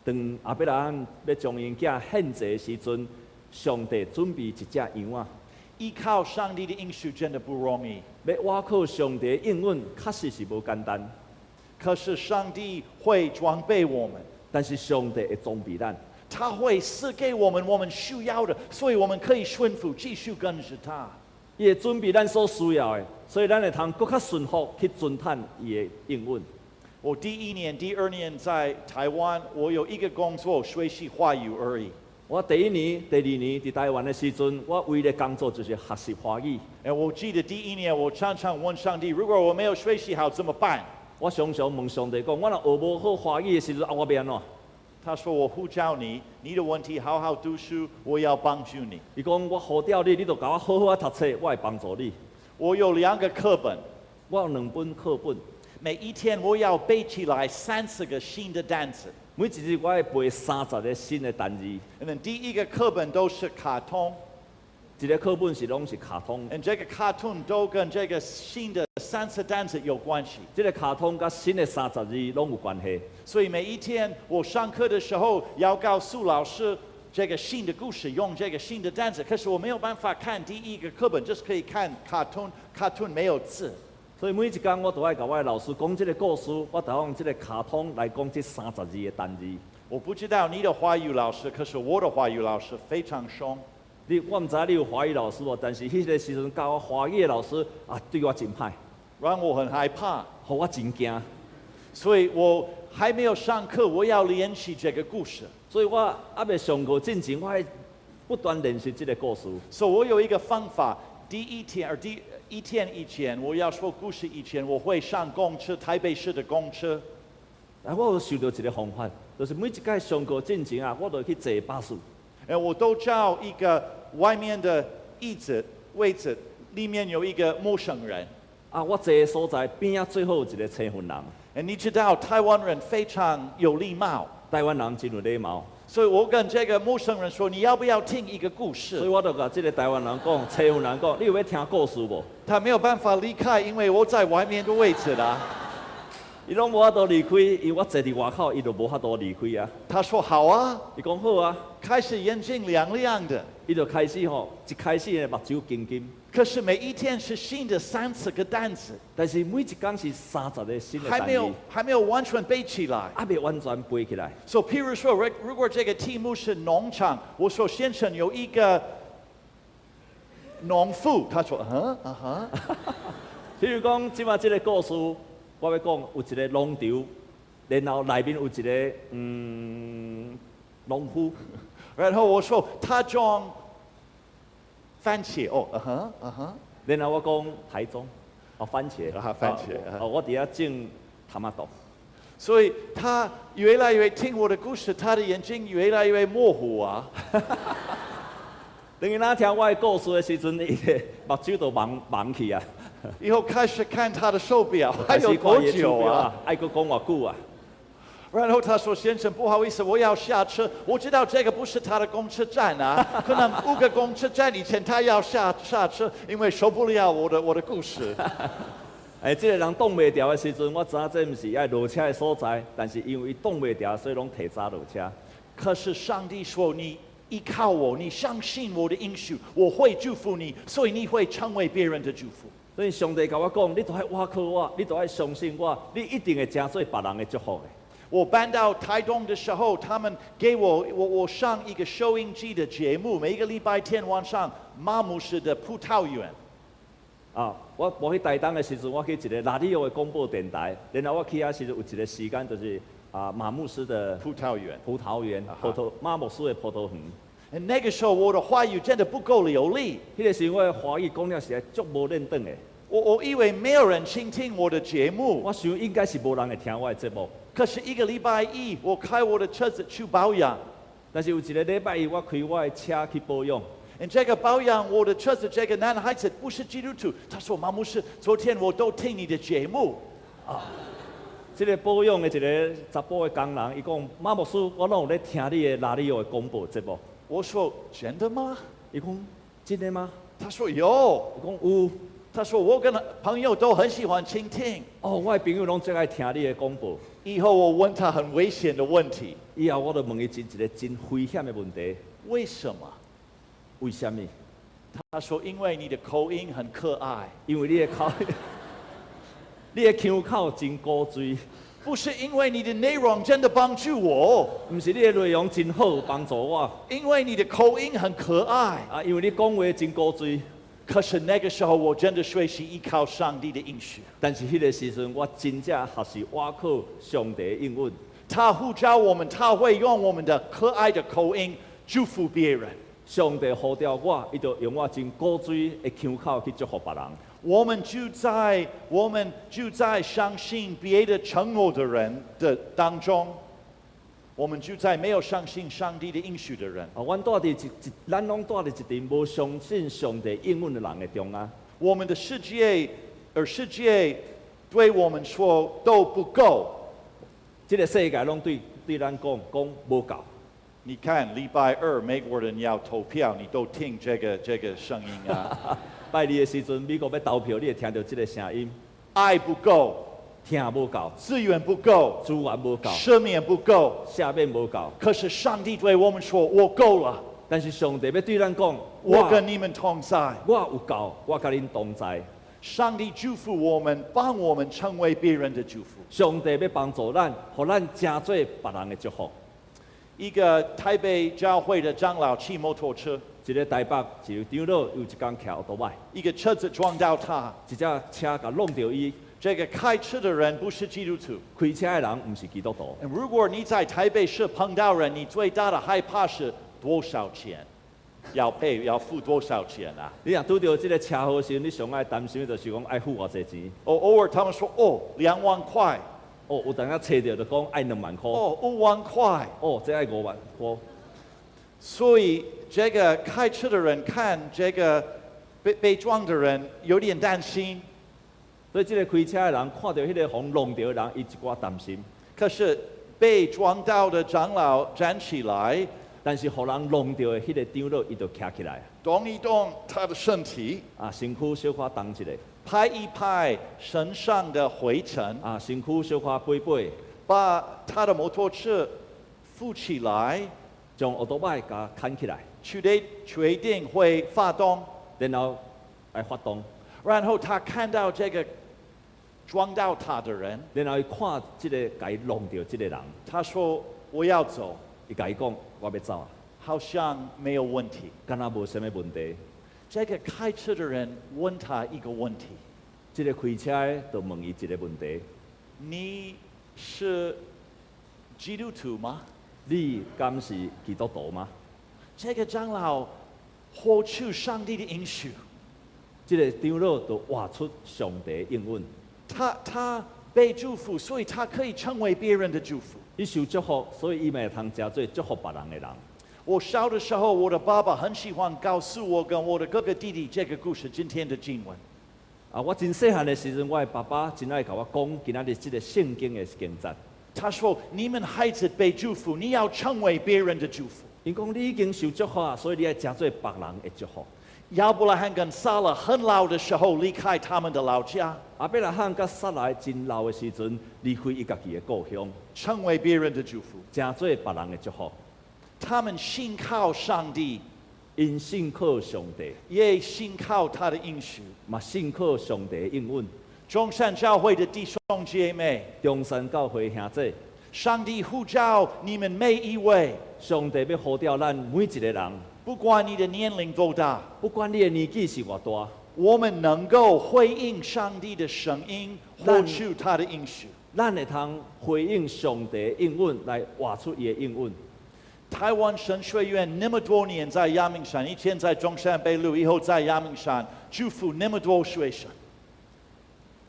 Speaker 1: 当阿伯拉罕要将因囝献祭的时阵，上帝准备一只羊啊，
Speaker 2: 依靠上帝的应许真的不容易，
Speaker 1: 要挖靠上帝的应允，确实是无简单。
Speaker 2: 可是上帝会装备我们。
Speaker 1: 但是上帝会装备咱，
Speaker 2: 他会赐给我们我们需要的，所以我们可以顺服，继续跟着他。
Speaker 1: 伊会准备咱所需要的，所以咱会通更较顺服去遵探伊的应允。
Speaker 2: 我第一年、第二年在台湾，我有一个工作，学习华语而已。
Speaker 1: 我第一年、第二年伫台湾的时阵，我唯一的工作就是学习华语。
Speaker 2: 哎，我记得第一年，我常常问上帝：如果我没有学习好怎么办？
Speaker 1: 我常常问上帝讲，我若学无好华语的时阵，啊，我要安怎？
Speaker 2: 他说：“我呼叫你，你的问题好好读书，我要帮助你。
Speaker 1: 伊讲我好调你，你著甲我好好啊读册，我会帮助你。
Speaker 2: 我有两个课本，
Speaker 1: 我有两本课本，
Speaker 2: 每一天我要背起来三十个新的单词。
Speaker 1: 每一日我会背三十个新的单字，
Speaker 2: 嗯，第一个课本都是卡通，
Speaker 1: 一个课本是拢是卡通，
Speaker 2: 嗯，这个卡通都跟这个新的三十单词有关系。”
Speaker 1: 即、个卡通甲新的三十字拢有关系。
Speaker 2: 所以每一天我上课的时候要告诉老师这个新的故事，用这个新的单词。可是我没有办法看第一个课本，就是可以看卡通，卡通没有字。
Speaker 1: 所以每一工我都爱甲我的老师讲即个故事，我都要用即个卡通来讲即三十字的单字。
Speaker 2: 我不知道你的华语老师，可是我的华语老师非常凶。
Speaker 1: 你我毋知你有华语老师无，但是迄个时阵教我华语的老师啊，对我真歹，
Speaker 2: 让我很害怕，
Speaker 1: 互我真惊。
Speaker 2: 所以我还没有上课，我要练习这个故事。
Speaker 1: 所以我啊未上课进前，我还不断练习即个故事。
Speaker 2: 所以我有一个方法，第一天，而第一天以前，我要说故事以前，我会上公车，台北市的公车。
Speaker 1: 啊，我有想到一个方法，就是每一届上课进前啊，我都去坐巴士。
Speaker 2: 哎，我都叫一个外面的椅子位置，里面有一个陌生人。
Speaker 1: 啊，我坐的所在边啊，最好有一个青云人，
Speaker 2: 哎，你知道台湾人非常有礼貌，
Speaker 1: 台湾人真有礼貌，
Speaker 2: 所以我跟这个陌生人说：“你要不要听一个故
Speaker 1: 所以
Speaker 2: 事
Speaker 1: 我就甲即个台湾人讲，青云人讲，你有要听故事无？？”
Speaker 2: 他没有办法离开，因为我在外面的位置啦。
Speaker 1: 伊拢无法度离开，因为我坐伫外口，伊就无法度离开啊。
Speaker 2: 他说：“好啊。
Speaker 1: 伊讲好啊，”
Speaker 2: 开始眼睛亮亮的，
Speaker 1: 伊就开始吼，一开始的目睭金金，
Speaker 2: 可是每一天是新的三十个单词，
Speaker 1: 但是每一工是三十个新的
Speaker 2: 还
Speaker 1: 单
Speaker 2: 没有
Speaker 1: 词，
Speaker 2: 还没有完全背起来。
Speaker 1: 还未完全背起来。
Speaker 2: 所以，譬如说，如如果这个题目是农场，我说先生有一个农妇，他说嗯啊哈，
Speaker 1: 譬如讲，即马即个故事，我要讲有一个农场，然后内面有一个嗯农夫，
Speaker 2: 然后我说他种番茄哦，嗯哼，嗯哼，
Speaker 1: 然后我讲台中，哦番茄，
Speaker 2: 啊番茄
Speaker 1: 哦
Speaker 2: 啊
Speaker 1: 哦我伫遐种塔马豆，
Speaker 2: 所以他越来越听我的故事，他的眼睛越来越模糊
Speaker 1: <laughs>
Speaker 2: 啊。
Speaker 1: 等伊那听我的故事的时阵，伊的目睭都盲盲去啊，
Speaker 2: 以后开始看他的手表，还
Speaker 1: 开
Speaker 2: 有
Speaker 1: 始看
Speaker 2: 多
Speaker 1: 伊的手
Speaker 2: 久
Speaker 1: 表
Speaker 2: 啊？，
Speaker 1: 爱佫讲偌久啊，
Speaker 2: 然后他说：“先生，不好意思，我要下车。我知道这个不是他的公车站啊，可能五个公车站以前他要下下车，因为受不了我的我的故事。
Speaker 1: 诶、即、哎个人挡袂牢的时阵，我知影这毋是爱落车的所在，但是因为伊挡袂牢，所以拢提早落车。
Speaker 2: 可是上帝说你依靠我，你相信我的应许，我会祝福你，所以你会成为别人的祝福。
Speaker 1: 所以上帝甲我讲，你都爱依靠我，你都爱相信我，你一定会成做别人的祝福的。
Speaker 2: 我搬到台东的时候，他们给我我我上一个收音机的节目，每一个礼拜天晚上，妈姆市的葡萄园。”
Speaker 1: 啊，我我去台东的时阵，我去一个拉里奥的广播电台，然后我去遐时阵有一个时间就是啊马牧师的
Speaker 2: 葡萄园。
Speaker 1: 葡萄园
Speaker 2: 啊，哈
Speaker 1: 葡萄马牧师的葡萄园。
Speaker 2: 那个时候我的话语真的不够流利，
Speaker 1: 迄个时候我的华语讲了实在足无认真的，
Speaker 2: 我我以为没有人倾听我的节目，
Speaker 1: 我想应该是无人会听我的节目。
Speaker 2: 可是一个礼拜一我开我的车子去保养，
Speaker 1: 但是有一个礼拜一，我开我的车去保养，
Speaker 2: 这个保养我的车子这个男孩子不是基督徒，他说马牧师，昨天我都听你的节目，
Speaker 1: 即、个保养的一个查甫的工人，伊讲马牧师，我拢有咧听你的拉里奥的广播节目。
Speaker 2: 我说真的吗？
Speaker 1: 伊讲真的吗？
Speaker 2: 他说有，
Speaker 1: 伊讲有，
Speaker 2: 他说我跟朋友都很喜欢倾听。
Speaker 1: 哦，我的朋友拢最爱听你的广播。
Speaker 2: 以后我问他很危险的问题，
Speaker 1: 以后我就问伊真一个真危险的问题，
Speaker 2: 为什么？
Speaker 1: 为什么？
Speaker 2: 他说因为你的口音很可爱，
Speaker 1: 因为你的口， <laughs> 你的腔口真古锥，
Speaker 2: 不是因为你的内容真的帮助我。
Speaker 1: 毋是你的内容真好帮助我，
Speaker 2: 因为你的口音很可爱。
Speaker 1: 啊，因为你讲话真古锥。
Speaker 2: 可是那个时候，我真的学习依靠上帝的应许。
Speaker 1: 但是迄个时阵，我真正学习我靠上帝的应允。
Speaker 2: 他呼召我们，他会用我们的可爱的口音祝福别人。
Speaker 1: 上帝呼召我，伊就用我真古锥的腔口去祝福别人。
Speaker 2: 我们就在我们就在相信别的承诺的人的当中，我们就在没有相信上帝的应许的人，
Speaker 1: 啊，阮住伫一一，咱拢住伫一群无相信上帝应允的人的中啊间。
Speaker 2: 我们的世界，而世界对我们说都不够。
Speaker 1: 即、个世界拢对对咱讲讲无够。 <laughs>
Speaker 2: 你看，礼拜二美国人要投票，你都听这个这个声音啊。
Speaker 1: 拜二的时阵，美国要投票，你会听到即个声音，
Speaker 2: 爱不够，
Speaker 1: 听无够，
Speaker 2: 资源不够，
Speaker 1: 资源无够，
Speaker 2: 赦免不够。
Speaker 1: 下面无够。
Speaker 2: 可是上帝对我们说：“我够了，
Speaker 1: 但是上帝要对咱讲，
Speaker 2: 我
Speaker 1: 我
Speaker 2: 跟你们同在。
Speaker 1: 我有够，我甲恁同在。”
Speaker 2: 上帝祝福我们，帮我们成为别人的祝福。
Speaker 1: 上帝要帮助咱，互咱真做别人的祝福。
Speaker 2: 一个台北教会的长老骑摩托车，
Speaker 1: 一个台北一个长老有一天骑奥多麦，
Speaker 2: 一个车子撞到他。
Speaker 1: 一只车甲弄到伊，
Speaker 2: 这个开车的人不是基督徒。
Speaker 1: 开车的人毋是基督徒。
Speaker 2: 如果你在台北市碰到人，你最大的害怕是多少钱？要赔要付多少钱啊？
Speaker 1: 你若拄到即个车祸时，你上爱担心的就是讲爱付偌济钱。
Speaker 2: 哦，偶尔他们说哦两万块，
Speaker 1: 哦，有当啊找着就讲爱两万箍，
Speaker 2: 哦五万块。
Speaker 1: 哦，这爱五万箍。
Speaker 2: 所以这个开车的人看这个被被撞的人有点担心，
Speaker 1: 所以即个开车的人看到迄个互弄到的人，伊一寡担心。
Speaker 2: 可是被撞到的长老站起来，
Speaker 1: 但是互人弄到的迄个长老，伊就徛起来，
Speaker 2: 动一动他的身体，
Speaker 1: 啊，身躯小可动一下，
Speaker 2: 拍一拍身上的灰尘，
Speaker 1: 啊，身躯小可背背，
Speaker 2: 把他的摩托车扶起来，
Speaker 1: 将奥多麦甲牵起来，
Speaker 2: 确定确定会发动，
Speaker 1: 然后来发动，
Speaker 2: 然后他看到这个撞到他的人，
Speaker 1: 然后伊看即、个甲伊弄到即个人，
Speaker 2: 他说我要走，
Speaker 1: 伊甲伊讲我要走啊，
Speaker 2: 好像没有问题。
Speaker 1: 敢若无什物问题。
Speaker 2: 这个开车的人问他一个问题：
Speaker 1: 即、个开车的就问伊一个问题：
Speaker 2: 你是基督徒吗？
Speaker 1: 你敢是基督徒吗？
Speaker 2: 这个长老活出上帝的应许。
Speaker 1: 即、个长老就画出上帝的应允，
Speaker 2: 他他被祝福，所以他可以成为别人的祝福。
Speaker 1: 伊受祝福，所以伊咪会通食做祝福别人的人。
Speaker 2: 我小的时候，我的爸爸很喜欢告诉我跟我的哥哥弟弟这个故事，今天的经文。
Speaker 1: 啊，我真细汉的时阵，我的爸爸真爱甲我讲，今仔日即个圣经的经节。
Speaker 2: 他说：“你们孩子被祝福，你要成为别人的祝福。
Speaker 1: 因讲你已经受祝福啊，所以你爱食做别人的祝福。”
Speaker 2: 亚伯拉罕跟撒拉很老的时候离开他们的老家，
Speaker 1: 阿伯拉罕甲撒来真老的时阵，离开伊家己的故乡，
Speaker 2: 成为别人的祝福。
Speaker 1: 诚做别人的祝福。
Speaker 2: 他们信靠上帝，
Speaker 1: 因信靠上帝，
Speaker 2: 也信靠他的应许。
Speaker 1: 嘛信靠上帝的应允。
Speaker 2: 中山教会的弟兄姐妹，
Speaker 1: 中山教会兄弟，
Speaker 2: 上帝呼召你们每一位，
Speaker 1: 上帝要呼召咱每一个人，
Speaker 2: 不管你的年龄多大，
Speaker 1: 不管你的年纪是偌大，
Speaker 2: 我们能够回应上帝的声音，
Speaker 1: 但
Speaker 2: 活出他的应许。
Speaker 1: 咱会通回应上帝的应允，来活出伊的应允。
Speaker 2: 台湾神学院那么多年在阳明山，以前在中山北路，以后在阳明山，祝福那么多学生。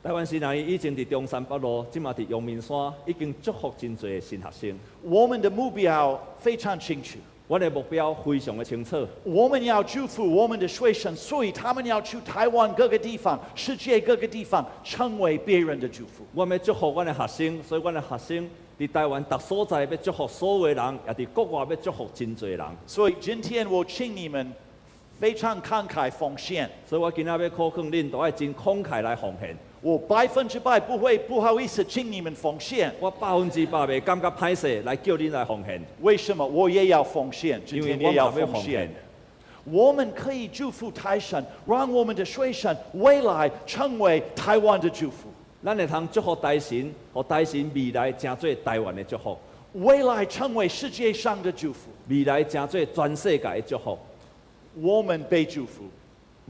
Speaker 1: 台湾新南伊以前伫中山北路，即嘛伫阳明山，已经祝福真侪的新学生。
Speaker 2: 我们的目标非常清楚，
Speaker 1: 阮的目标非常的清楚，
Speaker 2: 我们要祝福我们的学生，所以他们要去台湾各个地方、世界各个地方，成为别人的祝福。
Speaker 1: 阮要祝福阮的学生，所以阮的学生伫台湾各所在要祝福所有的人，也伫国外要祝福真侪人。
Speaker 2: 所以今天我请你们非常慷慨奉献，
Speaker 1: 所以我今仔要考劝恁，都要真慷慨来奉献。
Speaker 2: 我百分之百不会不好意思请你们奉献。
Speaker 1: 我百分之百袂感觉歹势来叫恁来奉献，
Speaker 2: 为什么我也要奉献？今
Speaker 1: 因为
Speaker 2: 天
Speaker 1: 我
Speaker 2: 也
Speaker 1: 也
Speaker 2: 要
Speaker 1: 要
Speaker 2: 奉
Speaker 1: 奉
Speaker 2: 献
Speaker 1: 献。。
Speaker 2: 我们可以祝福台神，让我们的水神未来成为台湾的祝福，
Speaker 1: 咱会通祝福台神，互台神未来成做台湾的祝福，
Speaker 2: 未来成为世界上的祝福。
Speaker 1: 未来成做全世界的祝福。
Speaker 2: 我们被祝福，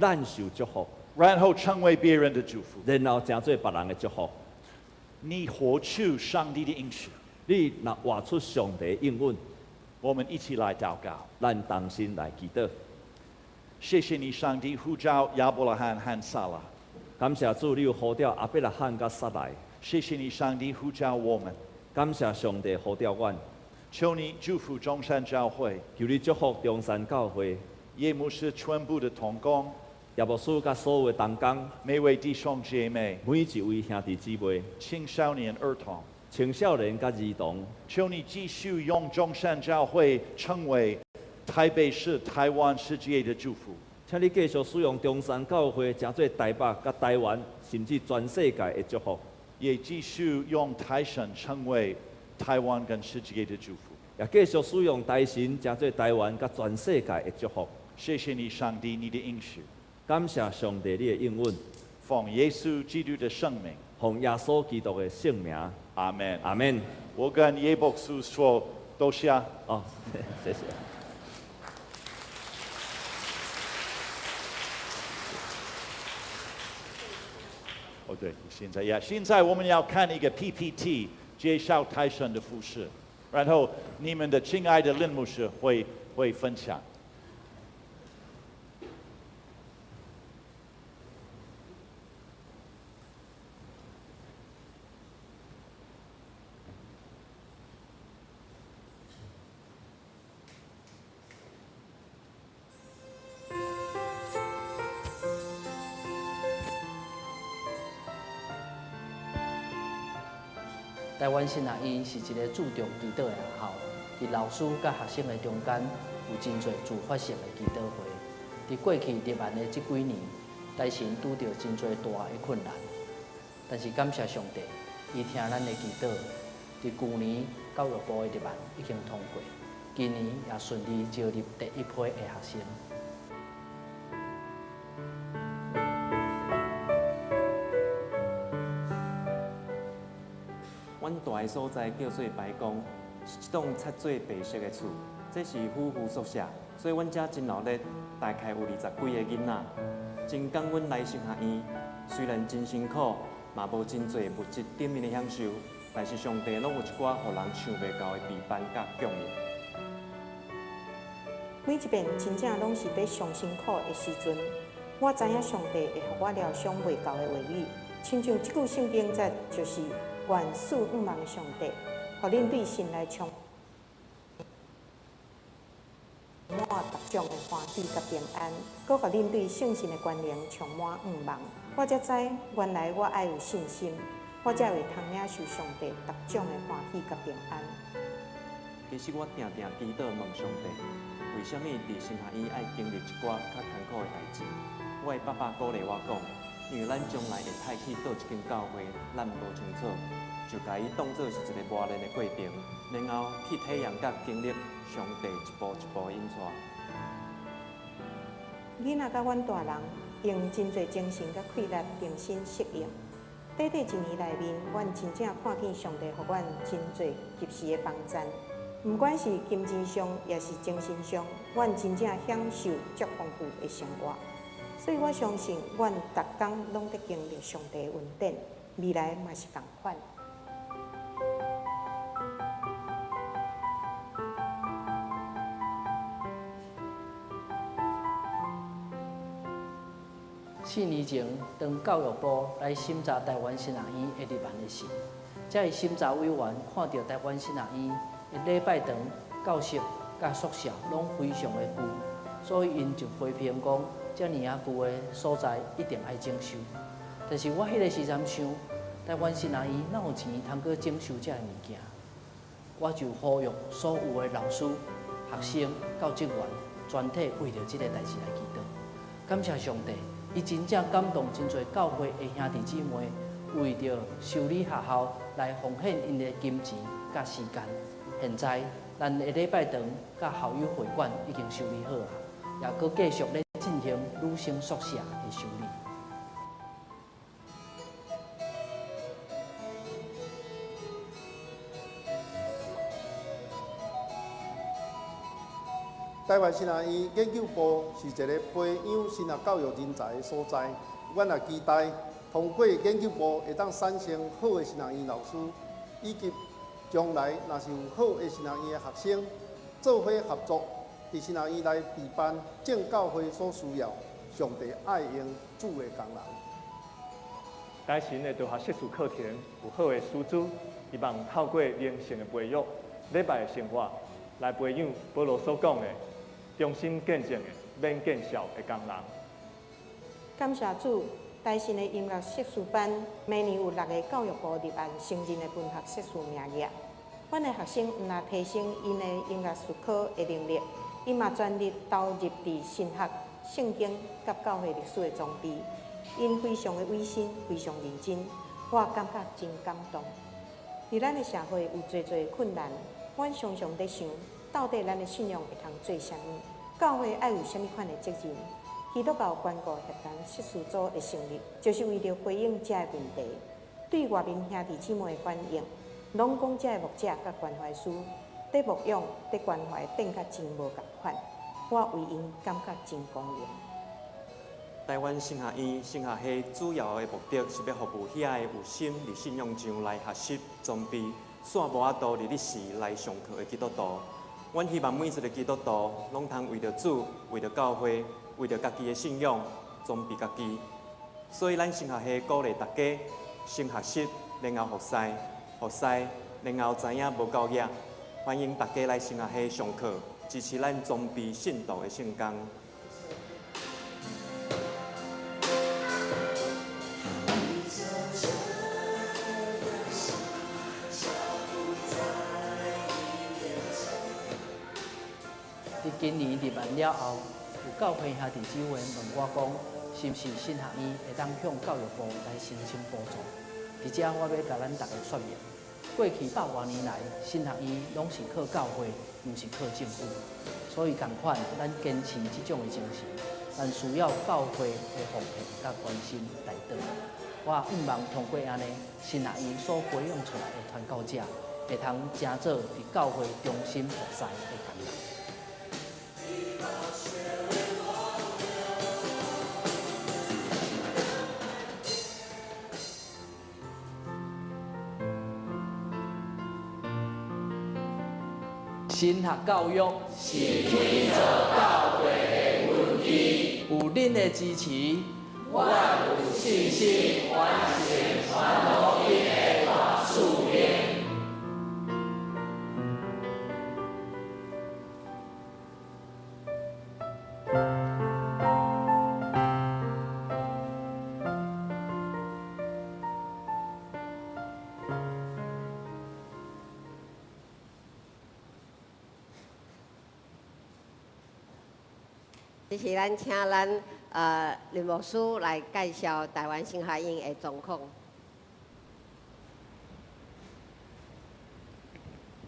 Speaker 1: 咱受祝福，
Speaker 2: 然后成为别人的祝福。
Speaker 1: 然后成做别人的祝福。
Speaker 2: 你活出上帝的应许。
Speaker 1: 你若活出上帝的应允，
Speaker 2: 我们一起来祷告。
Speaker 1: 咱当心来祈祷。
Speaker 2: 谢谢你，上帝呼召亚伯拉罕和撒拉。
Speaker 1: 感谢主，你有呼召阿伯拉罕甲撒来，
Speaker 2: 谢谢你，上帝呼召我们。
Speaker 1: 感谢上帝呼召阮，
Speaker 2: 求你祝福中山教会，
Speaker 1: 求你祝福中山教会，
Speaker 2: 也牧师全部的同工，
Speaker 1: 也无师甲所有的同工，
Speaker 2: 每位弟兄姐妹、
Speaker 1: 每一位兄弟姊妹、
Speaker 2: 青少年儿童。
Speaker 1: 青少年甲儿童，
Speaker 2: 求你继续用中山教会成为台北市、台湾世界的祝福。
Speaker 1: 请你继续使用中山教会，成做台北甲台湾，甚至全世界的祝福，
Speaker 2: 也继续用台神成为台湾跟世界的祝福。
Speaker 1: 也继续使用台神，成做台湾甲全世界的祝福。
Speaker 2: 谢谢你，上帝，你的应许，
Speaker 1: 感谢上帝你的应允，
Speaker 2: 奉耶稣基督的圣名，
Speaker 1: 奉耶稣基督的圣名，
Speaker 2: 阿门。
Speaker 1: 阿门。
Speaker 2: 我跟耶伯叔说，多谢。啊
Speaker 1: 哦， <laughs> 谢谢。
Speaker 2: 哦，对，现在呀，现在我们要看一个 PPT 介绍台神的服饰，然后你们的亲爱的林牧师会会分享。
Speaker 3: 台湾信学院是一个注重祈祷的学校，伫老师甲学生的中间有真侪自发性的祈祷会。伫过去入万的即几年，台神拄着真侪大的困难，但是感谢上帝，伊听咱的祈祷。伫旧年教育部的入万已经通过，今年也顺利招入第一批的学生。
Speaker 4: 阮住的所在叫做白宫，是一栋漆做白色的厝，这是夫妇宿舍，所以阮遮真热闹，大概有二十几个囡仔。真感阮来新学院，虽然真辛苦，嘛无真侪物质顶面的享受，但是上帝拢有一寡互人想袂到的陪伴甲供应。
Speaker 5: 每一遍真正拢是要上辛苦的时阵，我知影上帝会互我疗伤未到的话语，亲像即句圣经节就是愿赐毋茫的上帝，互恁对神来充满各种的欢喜甲平安，搁互恁对圣神的关联充满毋茫。我才知原来我爱有信心，我才会通领受上帝各种的欢喜甲平安。
Speaker 6: 其实我定定祈祷问上帝，为什么伫新学院爱经历一寡较艰苦的代志？我的爸爸鼓励我讲，因为咱将来会派去倒一间教会，咱无清楚，就甲伊当做是一个磨练的过程，然后去体验甲经历上帝一步一步的引带。
Speaker 5: 囡仔甲阮大人用真侪精神甲气力重新适应。短短一年内面，阮真正看见上帝互阮真侪及时的帮助，毋管是金钱上，也是精神上，阮真正享受足丰富的生活。所以我相信，阮逐工拢在经历上帝的恩典，未来嘛是共款。
Speaker 3: 四年前，当教育部来审查台湾新学院的入办的时，才会审查委员看到台湾新学院的礼拜堂、教室、甲宿舍拢非常的旧，所以因就批评讲，遮尔啊旧的所在一定爱整修。但是我迄个时阵想，台湾新学院哪有钱通去整修遮个物件？我就呼吁所有的老师、学生、教职员，全体为着即个代志来祈祷。感谢上帝，伊真正感动真侪教会的兄弟姊妹，为着修理学校来奉献因的金钱甲时间。现在咱的礼拜堂甲校友会馆已经修理好啊，也佫继续咧进行女生宿舍的修理。
Speaker 7: 台湾新学院研究部是一个培养新学教育人才的所在。阮也期待通过研究部会当产生好的新学院老师，以及将来若是有好的新学院的学生，做伙合作，伫新学院内备办正教会所需要上帝爱用主的工人。
Speaker 8: 台新的大学设施课程有好的师资，希望透过灵性的培育、礼拜的生活，来培养保罗所讲的忠心见证的免见效的工人。
Speaker 5: 感谢主，台新的音乐硕士班每年有六个教育部立案承认的文学硕士名额。阮的学生毋但提升因的音乐学科的能力，伊嘛全力投入伫神学、圣经甲教会历史的装备。因非常的微心，非常认真，我感觉真感动。伫咱的社会有侪侪困难，阮常常在想，到底咱的信仰会通做啥物？教会爱有啥物款的责任？基督教关顾协谈实施组的成立，就是为了回应遮个问题，对外面兄弟姊妹的反应，拢讲遮个牧者甲关怀师对牧养、对关怀变甲真无共款，我为因感觉真光荣。
Speaker 6: 台湾啊新学院新学系主要的目的是要服务遐个有心伫信仰上来学习装备，煞无法度伫日时来上课的基督徒。阮希望每一个基督徒拢通为着主、为着教会、为着家己的信仰装备家己。所以咱新学系鼓励大家先学习，然后学习，学习，然后知影无够额。欢迎大家来新学系上课，支持咱装备信徒的圣工。
Speaker 3: 伫今年入办了后，有教会兄弟姊妹问我讲，是毋是新学院会当向教育部来申请补助？伫遮我要甲咱逐个说明，过去百外年来，新学院拢是靠教会，毋是靠政府，所以共款，咱坚持即种的精神，咱需要教会的奉献甲关心来倒。我毋茫通过安尼新学院所培养出来的传教者，会通真做伫教会中心服侍的工人。神学教育是天主教会的根基。有恁的支持，
Speaker 9: 就是咱请咱呃林牧师来介绍台湾新学院的状况。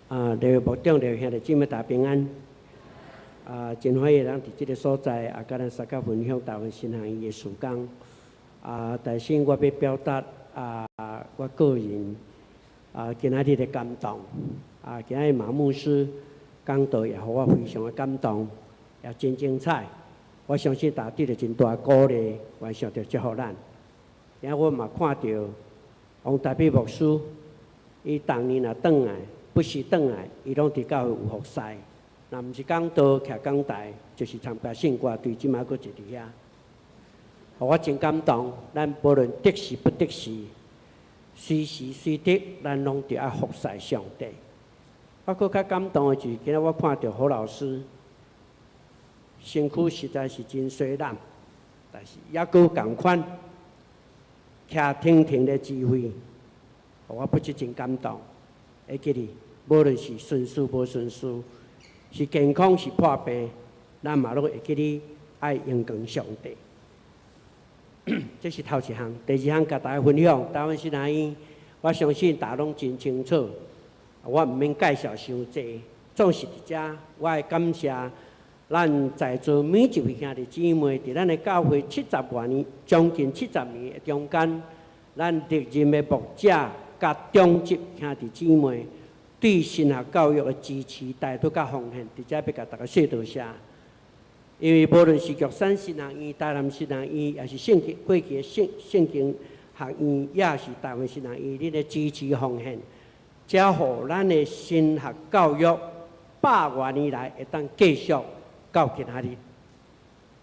Speaker 6: 啊，廖部长、廖兄弟姊妹大平安。啊，真欢喜咱伫即个所在啊，甲咱参加分享台湾新行业的时光。啊，但是我要表达啊，我个人啊，今仔日的感动。啊，今仔日马牧师讲道也互我非常的感动，也真精彩。我相信大家着真大的鼓励，完成着祝福咱。也我嘛看到王大美牧师。伊逐年若转来，不时转来，伊拢伫教会有服侍。若毋是讲道徛讲台，就是参加圣歌队，即摆佫一伫遐，互我真感动。咱无论得时不得时，随时随地，咱拢伫啊服侍上帝。我佫较感动的就是，今仔我看到何老师身躯实在是真衰烂，但是抑佫共款，徛挺挺的指挥。我不是真感动。会记哩，无论是顺遂无顺遂，是健康是破病，咱嘛拢会记哩爱用光上帝。这是头一项，第二项甲大家分享。台湾新南医，我相信大家拢真清楚，我毋免介绍伤济。总是伫遮，我会感谢咱在座每一位兄弟姊妹，伫咱的教会七十外年，将近七十年的中间。咱历任的牧者甲中职兄弟姊妹对神学教育的支持，大都甲奉献，直接要甲大家说多谢。因为无论是玉山神学院、台南神学院，也是圣经过去的圣圣经学院，也是台湾神学院，恁的支持奉献，才互咱的神学教育百外年来会当继续到今仔日。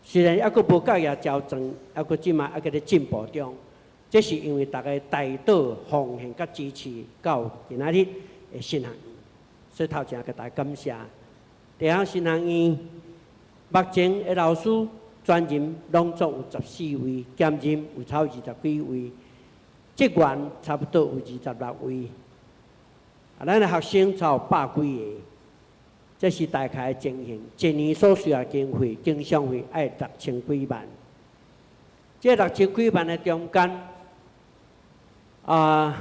Speaker 6: 虽然还佫无到也矫正，还佫即嘛还佫咧进步中。这是因为大家大道奉献甲支持到今仔日的新学院，所以头前给大家感谢。第二新学院目前的老师专任拢总有十四位，兼任有超二十几位，职员差不多有二十六位，啊，咱的学生才有百几个。这是大概的情形，一年所需要经费、经常费爱六千几万。这六千几万的中间，啊，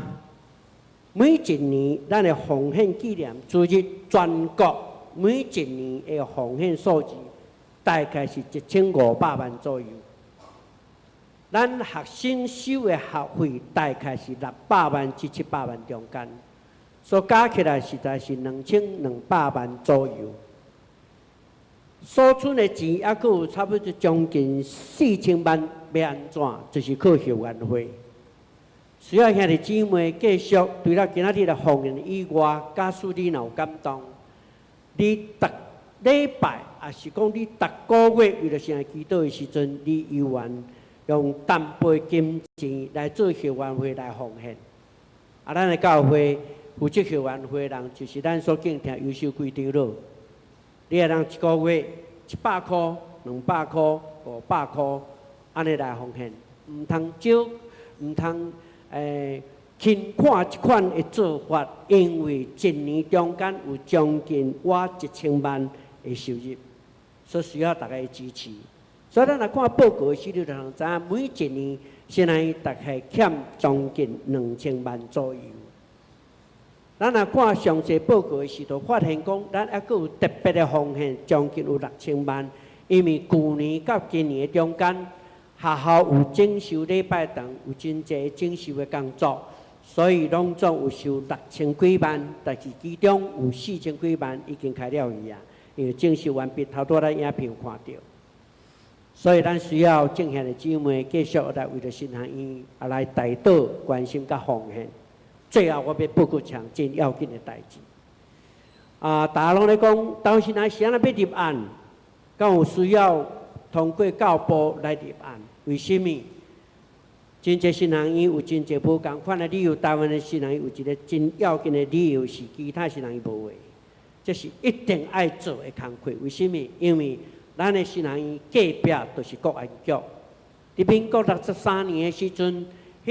Speaker 6: 每一年咱的奉献纪念主日，全国每一年的奉献数字大概是一千五百万左右。咱学生收的学费大概是六百万至七百万中间，所以加起来实在是两千两百万左右。所存的钱还佫有差不多将近四千万，要安怎？就是靠校园会。需要兄弟姊妹继续除了今仔日的奉献以外，假使你若有感动，你逐礼拜，也是讲你逐个月为了啥祈祷的时阵，你有缘用淡薄金钱来做校园会来奉献。啊，咱的教会负责校园会的人，就是咱所敬听优秀规长老。你会通一个月一百箍、两百箍、五百箍，安尼来奉献，毋通少，毋通诶轻看即款的做法，因为一年中间有将近我一千万的收入，所以需要大家的支持。所以咱来看报告的时候，就通知影每一年现在大概欠将近两千万左右。咱若看详细报告的时候，发现讲咱还佫有特别的奉献，将近有六千万。因为旧年到今年的中间，学校有整修礼拜堂，有真济整修的工作，所以拢总有收六千几万，但是其中有四千几万已经开了去啊，因为整修完毕，头拄咱影片有看到。所以咱需要正向的姊妹继续来为着新学院啊来带导、关心甲奉献。最后，我要报告一项真要紧的代志。啊，大家拢咧讲，当时来是安尼要入案，敢有需要通过教保来入案？为什么？真侪新人伊有真侪无共款的理由，台湾的新人伊有一个真要紧的理由是其他新人伊无的，这是一定爱做的工课。为什么？因为咱的新人伊隔壁就是国安局。伫民国六十三年的时阵，迄、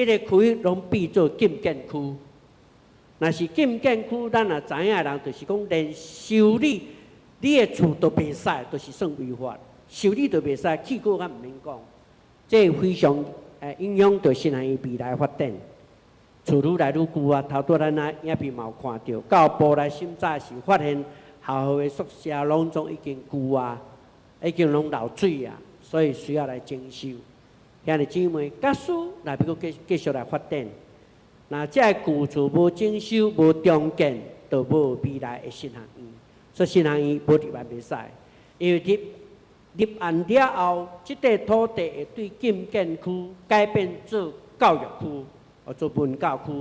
Speaker 6: 那个区拢变做禁建区。若是禁建区，咱也知影的人，就是讲连修理你的厝都袂使，就是算违法。修理都袂使，去过也毋免讲。这非常诶影响着新南伊未来发展。厝愈来愈旧啊，头拄咱啊影片嘛有看到，到埔来审查时发现校校的宿舍拢总已经旧啊，已经拢漏水啊，所以需要来征修。兄弟姊妹，假使若要阁继继续来发展，那这旧厝无整修、无重建，就无未来的新学院。所以新学院无入案袂使，因为入入案了后，即块土地会对禁建区改变做教育区，或做文教区，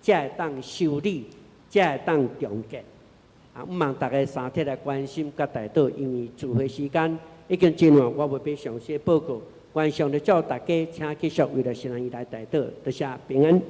Speaker 6: 才会当修理，才会当重建。啊，毋茫大家三体来关心甲大道，因为聚会时间已经真晚，我袂必详细报告。原上就叫大家请继续为了新人伊来大道，多谢平安。